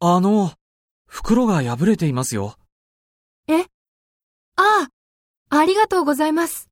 あの、袋が破れていますよ。ああ、ありがとうございます。